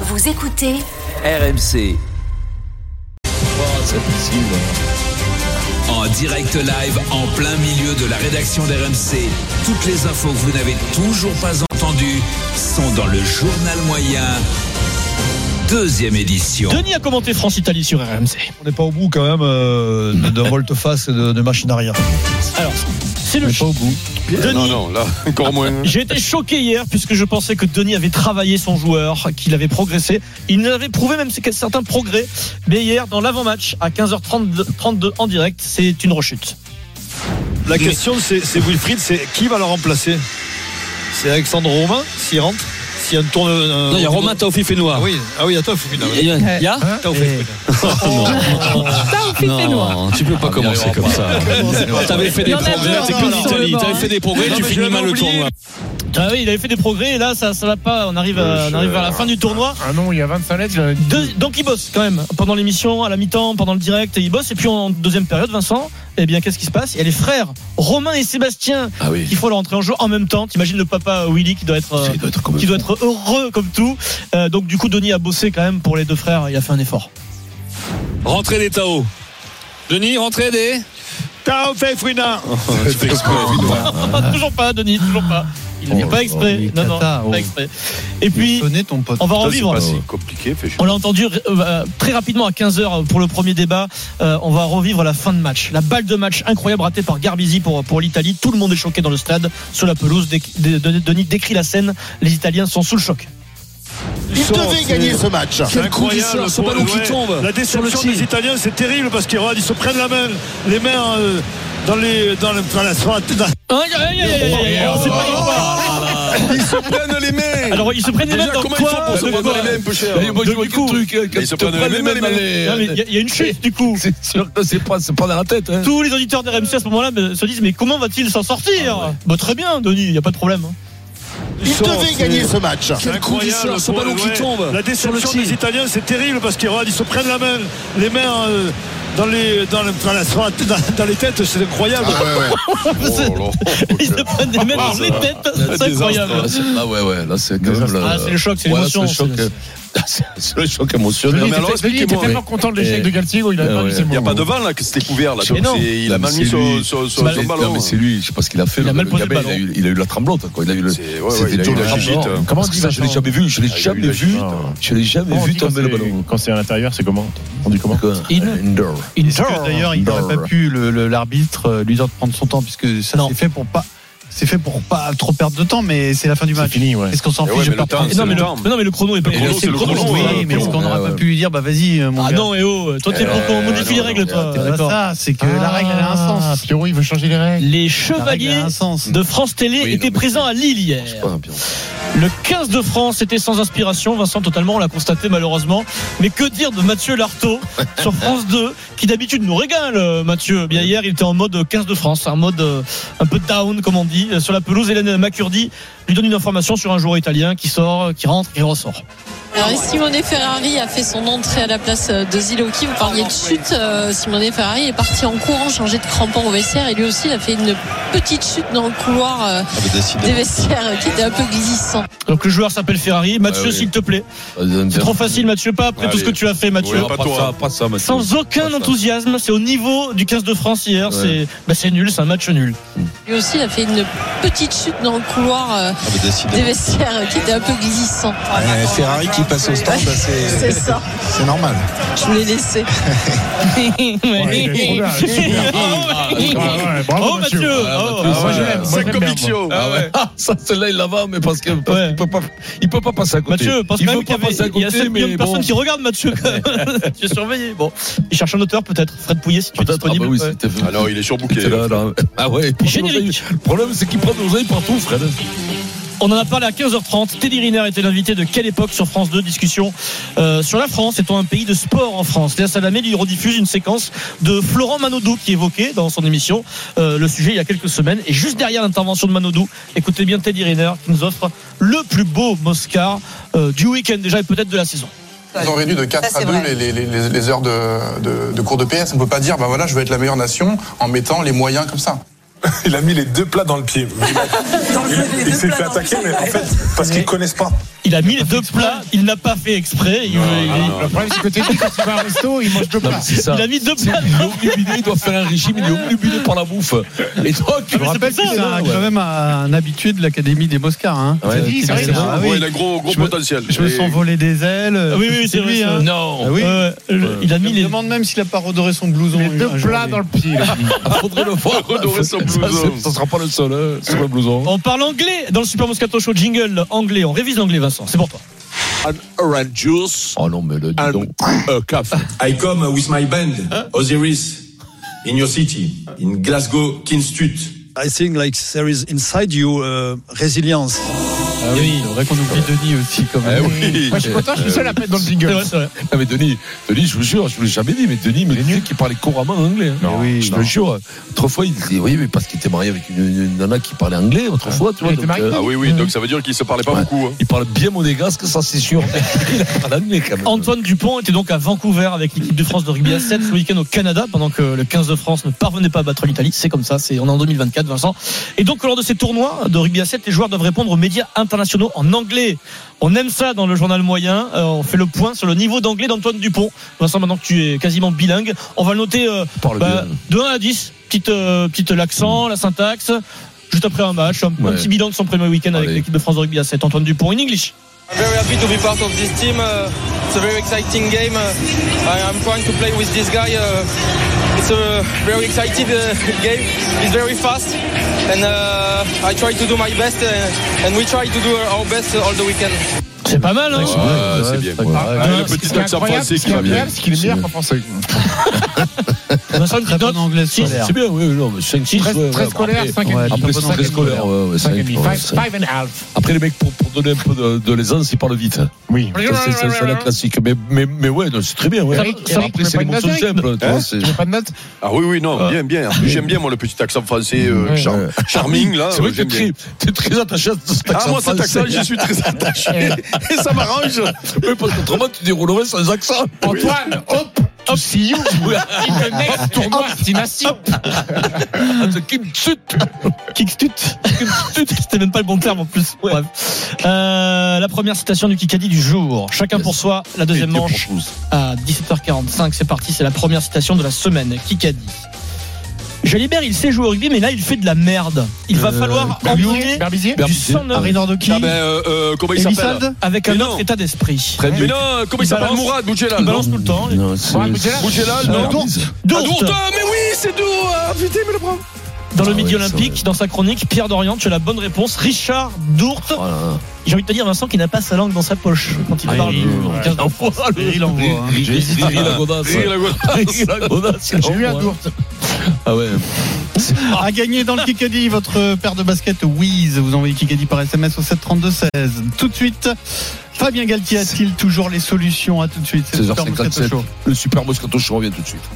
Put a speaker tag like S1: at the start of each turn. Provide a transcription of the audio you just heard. S1: Vous écoutez
S2: RMC.
S3: ça piscine.
S2: En direct live, en plein milieu de la rédaction d'RMC, toutes les infos que vous n'avez toujours pas entendues sont dans le journal moyen, deuxième édition.
S4: Denis a commenté France-Italie sur RMC.
S5: On n'est pas au bout quand même euh, d'un volte-face et de, de machine arrière.
S4: Alors, c'est
S5: On
S4: le
S5: n'est pas
S4: show.
S5: au bout.
S4: Denis,
S3: Non, non, là, encore moins.
S4: j'ai été choqué hier puisque je pensais que Denis avait travaillé son joueur, qu'il avait progressé. Il avait prouvé même certains progrès. Mais hier, dans l'avant-match, à 15h32 en direct, c'est une rechute.
S5: La question, c'est c'est Wilfried, c'est qui va le remplacer C'est Alexandre Romain s'il rentre S'il y a une tourne. un-
S6: Non, il y a Romain Taofi
S5: Ah
S6: Noir.
S5: oui, ah oui, à toi, au final.
S6: Il y a- il y a
S5: T'as offert.
S6: Non, tu
S5: Ah,
S6: peux pas commencer comme ça. T'avais fait des
S4: Non, mais
S6: progrès,
S4: attends,
S6: t'es
S4: non,
S6: comme
S4: non,
S6: l'Italie.
S4: non,
S6: T'avais
S4: non.
S6: fait des progrès,
S5: Non,
S6: tu
S5: mais je
S6: finis mal
S5: l'avais
S6: le
S5: oublié.
S6: tournoi.
S4: Ah oui, il avait fait des progrès et là, ça ça va pas. On arrive, à- on arrive vers la fin du tournoi.
S7: Ah non, il y a 25 lettres. j'avais-
S4: Deux- donc il bosse quand même pendant l'émission, à la mi-temps, pendant le direct, et il bosse. Et puis en deuxième période, Vincent, eh bien qu'est-ce qui se passe Il y a les frères Romain et Sébastien
S6: Ah oui.
S4: qui font leur entrée en jeu en même temps. T'imagines le papa Willy qui doit être euh, qui doit être heureux comme tout. Euh, donc du coup, Denis a bossé quand même pour les deux frères. Il a fait un effort.
S6: Rentrée des Tao. Denis, rentrée des.
S5: T'as offert Frida
S4: Ah, toujours pas, Denis, toujours pas. Il n'est pas exprès. Non, non,
S5: Tata, oh.
S4: pas exprès. Et puis
S5: Tenez ton pote.
S4: on va
S3: Ça, c'est
S4: revivre.
S3: pas si compliqué, fait chier.
S4: On l'a entendu euh, très rapidement à 15h pour le premier débat. Euh, on va revivre la fin de match. La balle de match incroyable ratée par Garbisi pour, pour l'Italie. Tout le monde est choqué dans le stade, sous la pelouse. Dé- dé- dé- Denis décrit la scène. Les Italiens sont sous le choc.
S8: Il devait gagner ce match.
S6: Quel coup du sort, ce ballon qui
S5: Ouais.
S6: tombe.
S5: La
S6: sur le
S5: déception
S6: pied.
S5: des Italiens, c'est terrible parce qu'ils regardent, ils se prennent la main, les mains euh, dans les dans le- dans la sur la- dans-
S4: Aïe, aïe, aïe, aïe, aïe, aïe, aïe, c'est pas
S3: Oh, Ils se prennent les mains
S4: Alors ils se prennent les mains dans
S3: oh. comment ils font
S4: quoi
S3: pour se
S4: de
S3: prendre
S4: quoi
S3: les mains, peu cher
S6: Allez, moi, je
S4: Donc,
S6: vois
S4: du
S6: que
S4: coup-
S6: le truc, hein, que
S3: Ils se
S6: te
S3: prennent les mêmes,
S6: mêmes,
S3: les-
S6: les-
S4: Non, mais Il y a- il y a une chute du coup.
S6: C'est sûr que c'est pas se prendre à la tête. hein.
S4: Tous les auditeurs de RMC à ce moment-là me- se disent mais comment va-t-il s'en sortir
S3: Ah
S4: Bah, Très bien Denis, il n'y a pas de problème. hein.
S8: Il devait gagner ce match.
S6: Quel coup du sort, ce ballon qui
S5: Ouais.
S6: tombe.
S5: La
S6: sur le
S5: déception
S6: pied.
S5: des Italiens, c'est terrible parce qu'ils regardent, ils se prennent la main, les mains euh, dans les dans le- dans la sur la- dans- dans les têtes, c'est incroyable.
S9: Ah
S3: Oh,
S4: Ils se prennent des mains dans les têtes, c'est incroyable.
S10: Ah ouais, ouais, là c'est quand même le...
S4: Ah, c'est le choc, c'est
S10: Ouais,
S4: l'émotion.
S10: c'est le
S4: c'est-
S10: choc. c'est- c'est le choc émotionnel.
S7: Denis
S3: mais
S7: était-
S3: alors,
S7: Denis était
S3: expliquez-moi.
S7: tellement content de l'échec
S10: Eh.
S7: de Galtier, il avait
S10: Eh
S7: pas
S10: ouais.
S7: mis ses
S3: Il n'y a
S7: mots.
S3: pas de vent là, que c'était couvert là.
S4: Mais
S3: Donc,
S4: non.
S3: c'est- il
S10: Non, mais
S3: a mal mis
S10: c'est
S3: sur
S10: lui.
S3: sur-
S4: C'est
S3: sur
S4: mal-
S3: son
S10: Non,
S3: ballon. hein.
S10: mais c'est lui, je sais pas ce qu'il a fait.
S4: Il a mal posé le
S10: gamin, il, a
S4: ballon.
S10: eu, il a eu la tremblote. Quoi. Il a eu le...
S3: C'est- ouais, ouais,
S10: C'était
S3: il a eu
S10: dur
S3: la
S10: à
S3: gigite.
S10: comprendre.
S7: Comment
S10: Parce
S7: on
S10: que
S7: dit
S10: ça, je l'ai
S7: maintenant
S10: jamais vu. Je l'ai
S3: Ah, il a eu
S10: jamais
S3: la
S10: vu.
S3: gigite, hein.
S10: Je l'ai jamais
S7: Comment on
S10: vu
S7: dit quand
S10: tomber le
S7: c'est-
S10: ballon.
S7: Quand c'est à l'intérieur, c'est comment On dit comment
S10: Quoi
S4: In-
S10: Indoor.
S9: Est-ce que d'ailleurs il
S10: Brrr.
S9: n'aurait pas pu le- le- l'arbitre euh, lui dire de prendre son temps puisque ça
S4: Non.
S9: c'est fait pour pas c'est fait pour pas trop perdre de temps mais c'est la fin du
S7: C'est
S9: match.
S7: fini, ouais.
S9: Est-ce qu'on s'en
S3: Eh ouais,
S9: fiche de
S3: mais
S9: pas
S3: le temps,
S9: prendre
S3: c'est
S4: Non
S3: le
S4: mais, le,
S3: temps.
S4: mais non mais le chrono est pas
S3: Et
S4: connu.
S3: là, c'est le chrono,
S9: Oui,
S3: ouais,
S9: mais est-ce
S3: Pierrot.
S9: qu'on n'aurait
S10: Ouais,
S9: pas
S10: ouais.
S9: pu lui dire bah vas-y euh, mon
S4: Ah
S9: gars.
S4: non et oh Toi t'es
S10: Euh,
S4: pour qu'on modifie les
S10: non,
S4: règles
S10: non,
S4: toi
S9: c'est pas
S4: d'accord.
S9: ça, c'est que la règle elle a un
S7: Ah,
S9: sens.
S7: Pierrot, il veut changer les règles.
S4: Les
S9: La règle, elle a
S4: chevaliers
S9: un sens.
S4: de France Télé
S10: Oui,
S4: étaient
S10: non, mais-
S4: présents à Lille hier.
S10: Ah,
S4: Le 15 de France était sans inspiration, Vincent totalement, on l'a constaté malheureusement. Mais que dire de Mathieu Lartaud sur France 2, qui d'habitude nous régale euh, Mathieu. Bien hier, il était en mode 15 de France, un mode euh, un peu down comme on dit. Sur la pelouse, Hélène Macurdi lui donne une information sur un joueur italien qui sort, qui rentre, qui ressort.
S11: Alors, et Simone Ferrari a fait son entrée à la place euh, de Zilowski. Vous parliez de chute. Euh, Simone Ferrari est parti en courant, changer de crampon au vestiaire. Et lui aussi, il a fait une petite chute dans le couloir euh, des vestiaires euh, qui était un peu glissant.
S4: Donc le joueur s'appelle Ferrari. Mathieu,
S10: Ah oui.
S4: s'il te plaît. C'est trop facile, Mathieu, pas après tout
S3: Allez.
S4: ce que tu as fait, Mathieu.
S3: Ouais, pas toi. hein.
S10: ça, pas ça, Mathieu.
S4: Sans aucun enthousiasme, c'est au niveau du 15 de France hier.
S10: Ouais.
S4: C'est bah, c'est nul, c'est un match nul.
S11: Lui aussi, il a fait une petite chute dans le couloir euh, des vestiaires euh, qui était un peu glissant.
S8: Ferrari qui passe au stand,
S11: C'est ça.
S8: c'est normal.
S11: Je voulais laisser.
S7: il est trop bien. Ouais, bravo,
S4: Oh Mathieu,
S7: Mathieu.
S4: Oh.
S10: Mathieu,
S7: moi,
S10: ça,
S7: je l'aime.
S10: euh,
S7: Moi,
S3: C'est
S7: j'aime bien,
S3: conviction.
S10: Ah ouais. Ah, ça, celle-là, il la va, mais parce que parce
S4: Ouais.
S10: qu'il peut pas, il peut pas passer à côté.
S4: Mathieu, pense
S10: il
S4: quand
S10: veut
S4: même qu'il
S10: pas
S4: y, avait-
S10: passer à
S4: il y a 7
S10: côté,
S4: millions de
S10: mais bon.
S4: personnes qui regardent Mathieu. quand même. tu es surveillé. Bon, il cherche un auteur peut-être. Fred Pouillet, si tu es
S10: Peut-être, ah
S4: disponible.
S10: bah
S4: Euh,
S10: oui,
S4: Ouais.
S10: c'était
S3: Ah non, il est
S10: T'es
S3: surbooké.
S10: là, là. Ah ouais,
S4: Générique.
S10: Le problème, c'est qu'ils prennent nos oreilles partout, Fred.
S4: On en a parlé à 15h30. Teddy Riner était l'invité de quelle époque sur France 2 Discussion euh, sur la France. Est-on un pays de sport en France Léa Salamé lui rediffuse une séquence de Florent Manodou qui évoquait dans son émission euh, le sujet il y a quelques semaines. Et juste derrière l'intervention de Manodou, écoutez bien Teddy Riner qui nous offre le plus beau Moscar euh, du week-end déjà et peut-être de la saison.
S8: Ils ont réduit de 4
S11: Ça,
S8: à
S11: c'est
S8: 2
S11: vrai.
S8: les, les- les- les heures de, de- de cours de PS. On ne peut pas dire, bah voilà, je veux être la meilleure nation en mettant les moyens comme ça.
S5: Il a mis les deux plats dans le pied.
S11: Il s'est fait attaquer, mais en fait,
S5: parce qu'ils connaissent pas.
S4: Il a mis les deux plats, il n'a pas fait exprès. Il- il-
S7: Le problème, c'est que t'es dit, quand tu vas au resto, il mange deux
S10: Non, mais
S7: plats.
S10: c'est ça.
S4: Il a mis deux
S10: C'est-
S4: plats.
S10: Il est obnubilé, il doit faire un régime, il est obnubilé par la bouffe. Et toi, tu
S9: Je me rappelle que c'est un- quand même un habitué de l'Académie des Boscars. Hein.
S10: Ouais,
S7: dit,
S10: tu
S7: c'est vrai,
S10: disais-
S7: il a-
S9: Ah oui.
S3: Ouais, il a gros, gros
S9: Je me-
S3: potentiel.
S9: Je me
S3: Et-
S9: sens voler des ailes.
S4: Ah oui, oui, c'est vrai,
S9: lui,
S4: ça.
S9: hein.
S10: Non,
S9: Ah oui.
S4: Euh, le- il a
S9: Je
S4: mis
S9: me
S4: les.
S9: demande même s'il a pas redoré son blouson.
S7: Les
S9: lui,
S7: deux
S9: un jour,
S7: plats
S9: lui.
S7: dans le pied.
S10: faudrait le voir.
S3: Redorer son
S10: Ah Ça,
S3: blouson.
S10: c'est- Ça sera pas le seul, hein, sur le blouson.
S4: On parle anglais dans le Super Moscato Show jingle anglais. On révise l'anglais, Vincent. C'est pour toi.
S1: an orange juice
S10: Oh non, mais le dis
S1: and
S10: donc.
S1: a coffee. I come with my band,
S3: Hein
S1: Osiris, in your city, in Glasgow, Kinstut.
S5: I think like there is inside you uh, résilience.
S9: Ah oui, c'est vrai qu'on oublie Denis aussi quand
S10: Eh
S9: même.
S10: oui.
S7: Moi, je suis content, je suis seul à mettre dans le
S4: C'est
S7: jingle.
S4: vrai, c'est vrai.
S10: Ah, mais Denis, Denis, je vous jure, je vous l'ai jamais dit, mais Denis me disait qu'il parlait couramment anglais. hein.
S9: Non, oui,
S10: je
S9: non.
S10: te jure. Autrefois, il disait, oui, mais parce qu'il était marié avec une, une nana qui parlait anglais, autrefois, tu vois.
S7: était
S10: donc,
S7: marié
S10: euh,
S3: Ah oui, oui, donc ça veut dire qu'il se parlait pas
S10: Ouais.
S3: beaucoup. hein.
S10: Il parle bien monégasque, ça c'est sûr. il parle anglais quand même.
S4: Antoine Dupont était donc à Vancouver avec l'équipe de France de rugby à 7 ce week-end au Canada pendant que le 15 de France ne parvenait pas à battre l'Italie. C'est comme ça, c'est on est en 2024, Vincent. Et donc lors de ces tournois de rugby à 7, les joueurs doivent répondre aux médias internationaux en anglais. On aime ça dans le journal moyen. Euh, on fait le point sur le niveau d'anglais d'Antoine Dupont. Vincent, maintenant que tu es quasiment bilingue, on va le noter euh,
S10: Parle
S4: bah,
S10: bien. Mm.
S4: de 1 à 10. Petite, euh, petite l'accent, la syntaxe. Juste après un match, un, un
S10: Ouais.
S4: petit bilan de son premier week-end avec
S10: Allez.
S4: l'équipe de France de rugby à 7. Antoine Dupont in English.
S12: I'm very happy to be part of this team. Uh, it's a very exciting game. Uh, I, I'm trying to play with this guy. Uh, it's a very exciting uh, game. It's very fast, and uh, I try to do my best, uh, and we try to do our best all the weekend.
S4: C'est pas mal, hein
S3: Ouais, c'est bien.
S10: Ouais.
S7: Ah,
S3: Ah,
S7: non,
S3: le
S7: ce
S3: petit
S7: qui est
S3: accent
S7: incroyable,
S3: français
S7: ce
S3: qui
S7: est
S3: va bien.
S7: incroyable, c'est qu'il est meilleur qu'en français.
S4: Vincent,
S9: Très
S4: petite note.
S9: bon anglais
S4: Si,
S9: scolaire.
S10: Ah, C'est bien, oui, non, mais 5, 6,
S7: Très,
S10: ouais,
S7: très
S10: ouais,
S7: scolaire,
S10: après-
S7: 5
S9: ouais,
S7: et
S10: Après,
S7: demi.
S10: c'est
S7: Cinq
S10: très
S7: et
S10: scolaire,
S7: demi.
S10: ouais, ouais,
S7: Cinq et
S10: cinq,
S7: demi.
S10: ouais,
S7: Five-
S10: cinq.
S7: five and a half.
S10: Après, les mecs, pour, pour donner un peu de, de l'aisance, ils parlent vite. hein.
S7: Oui.
S10: Ça, C'est c'est- c'est la classique. Mais, mais, mais ouais, non, c'est très bien. Ouais.
S7: Eric, Eric,
S10: Après,
S7: mais
S10: c'est
S7: pas
S10: les
S7: une
S10: mots sont
S7: dinguerie.
S10: simples. tu
S7: Hein
S10: vois, c'est-
S7: Tu veux pas de note
S3: Ah oui, oui, non, bien, bien. En plus, J'aime bien, moi, le petit accent français euh,
S7: Ouais.
S3: char-
S10: Ouais.
S3: charming, là.
S10: Ah C'est vrai
S3: euh,
S10: que t'es
S3: j'aime bien.
S10: très, t'es très attaché à cet accent.
S3: Ah, moi, cet accent,
S10: français.
S3: j'y suis très attaché. Et ça m'arrange.
S10: Oui, parce qu'autrement, tu déroulerais sans accent.
S7: Antoine, hop, hop, see you. In the next tournoi destination.
S10: Kimchut
S4: Kickstut C'était même pas le bon terme en plus. Bref. Euh, la première citation du Kikadi du jour. Chacun
S10: Yes.
S4: pour soi, la deuxième manche à 17h45. C'est parti, c'est la première citation de la semaine. Kikadi. Jalibert, il sait jouer au rugby, mais là, il fait de la merde. Il va
S10: Euh,
S4: falloir envoyer
S7: Barbizier
S4: du
S10: Berbizier.
S4: 109
S9: Arinodoki,
S3: Ah ben, euh, euh, comment il s'appelle
S4: avec un
S3: Mais
S4: autre
S3: non.
S4: état d'esprit.
S10: Très
S3: Mais
S10: bien.
S3: non, euh, comment il
S4: Il
S3: s'appelle
S4: balance-
S3: Mourad Boudjelal.
S4: Il balance tout le temps.
S10: Non, c'est-
S7: Ouais, Boudjelal.
S3: Boudjelal, non. Ah,
S4: Dourte,
S3: Dourte, mais oui, c'est Dourte. Ah, putain, mais le prends.
S4: dans le
S10: Ah
S4: Midi
S10: oui,
S4: Olympique,
S10: ça,
S4: dans sa chronique, Pierre Dorian, tu as la bonne réponse. Richard Dourte.
S10: Oh là là.
S4: J'ai envie de te dire, Vincent, qui n'a pas sa langue dans sa poche quand il
S10: Ah,
S4: parle.
S10: oui, oui,
S4: Tiens,
S9: il envoie. hein.
S10: J'ai hésité à la godasse. Ah
S3: Rire, la gueule.
S10: la godasse.
S7: J'ai eu un tour.
S10: Ah ouais.
S9: À gagner dans le Kikadi, votre paire de baskets Wiz. Vous envoyez Kikadi par SMS au 732-16. Tout de suite, Fabien Galtier a-t-il toujours les solutions À tout de suite. le Super Moscato
S10: 16h57.
S9: Show.
S10: Le super Moscato Show revient tout de suite.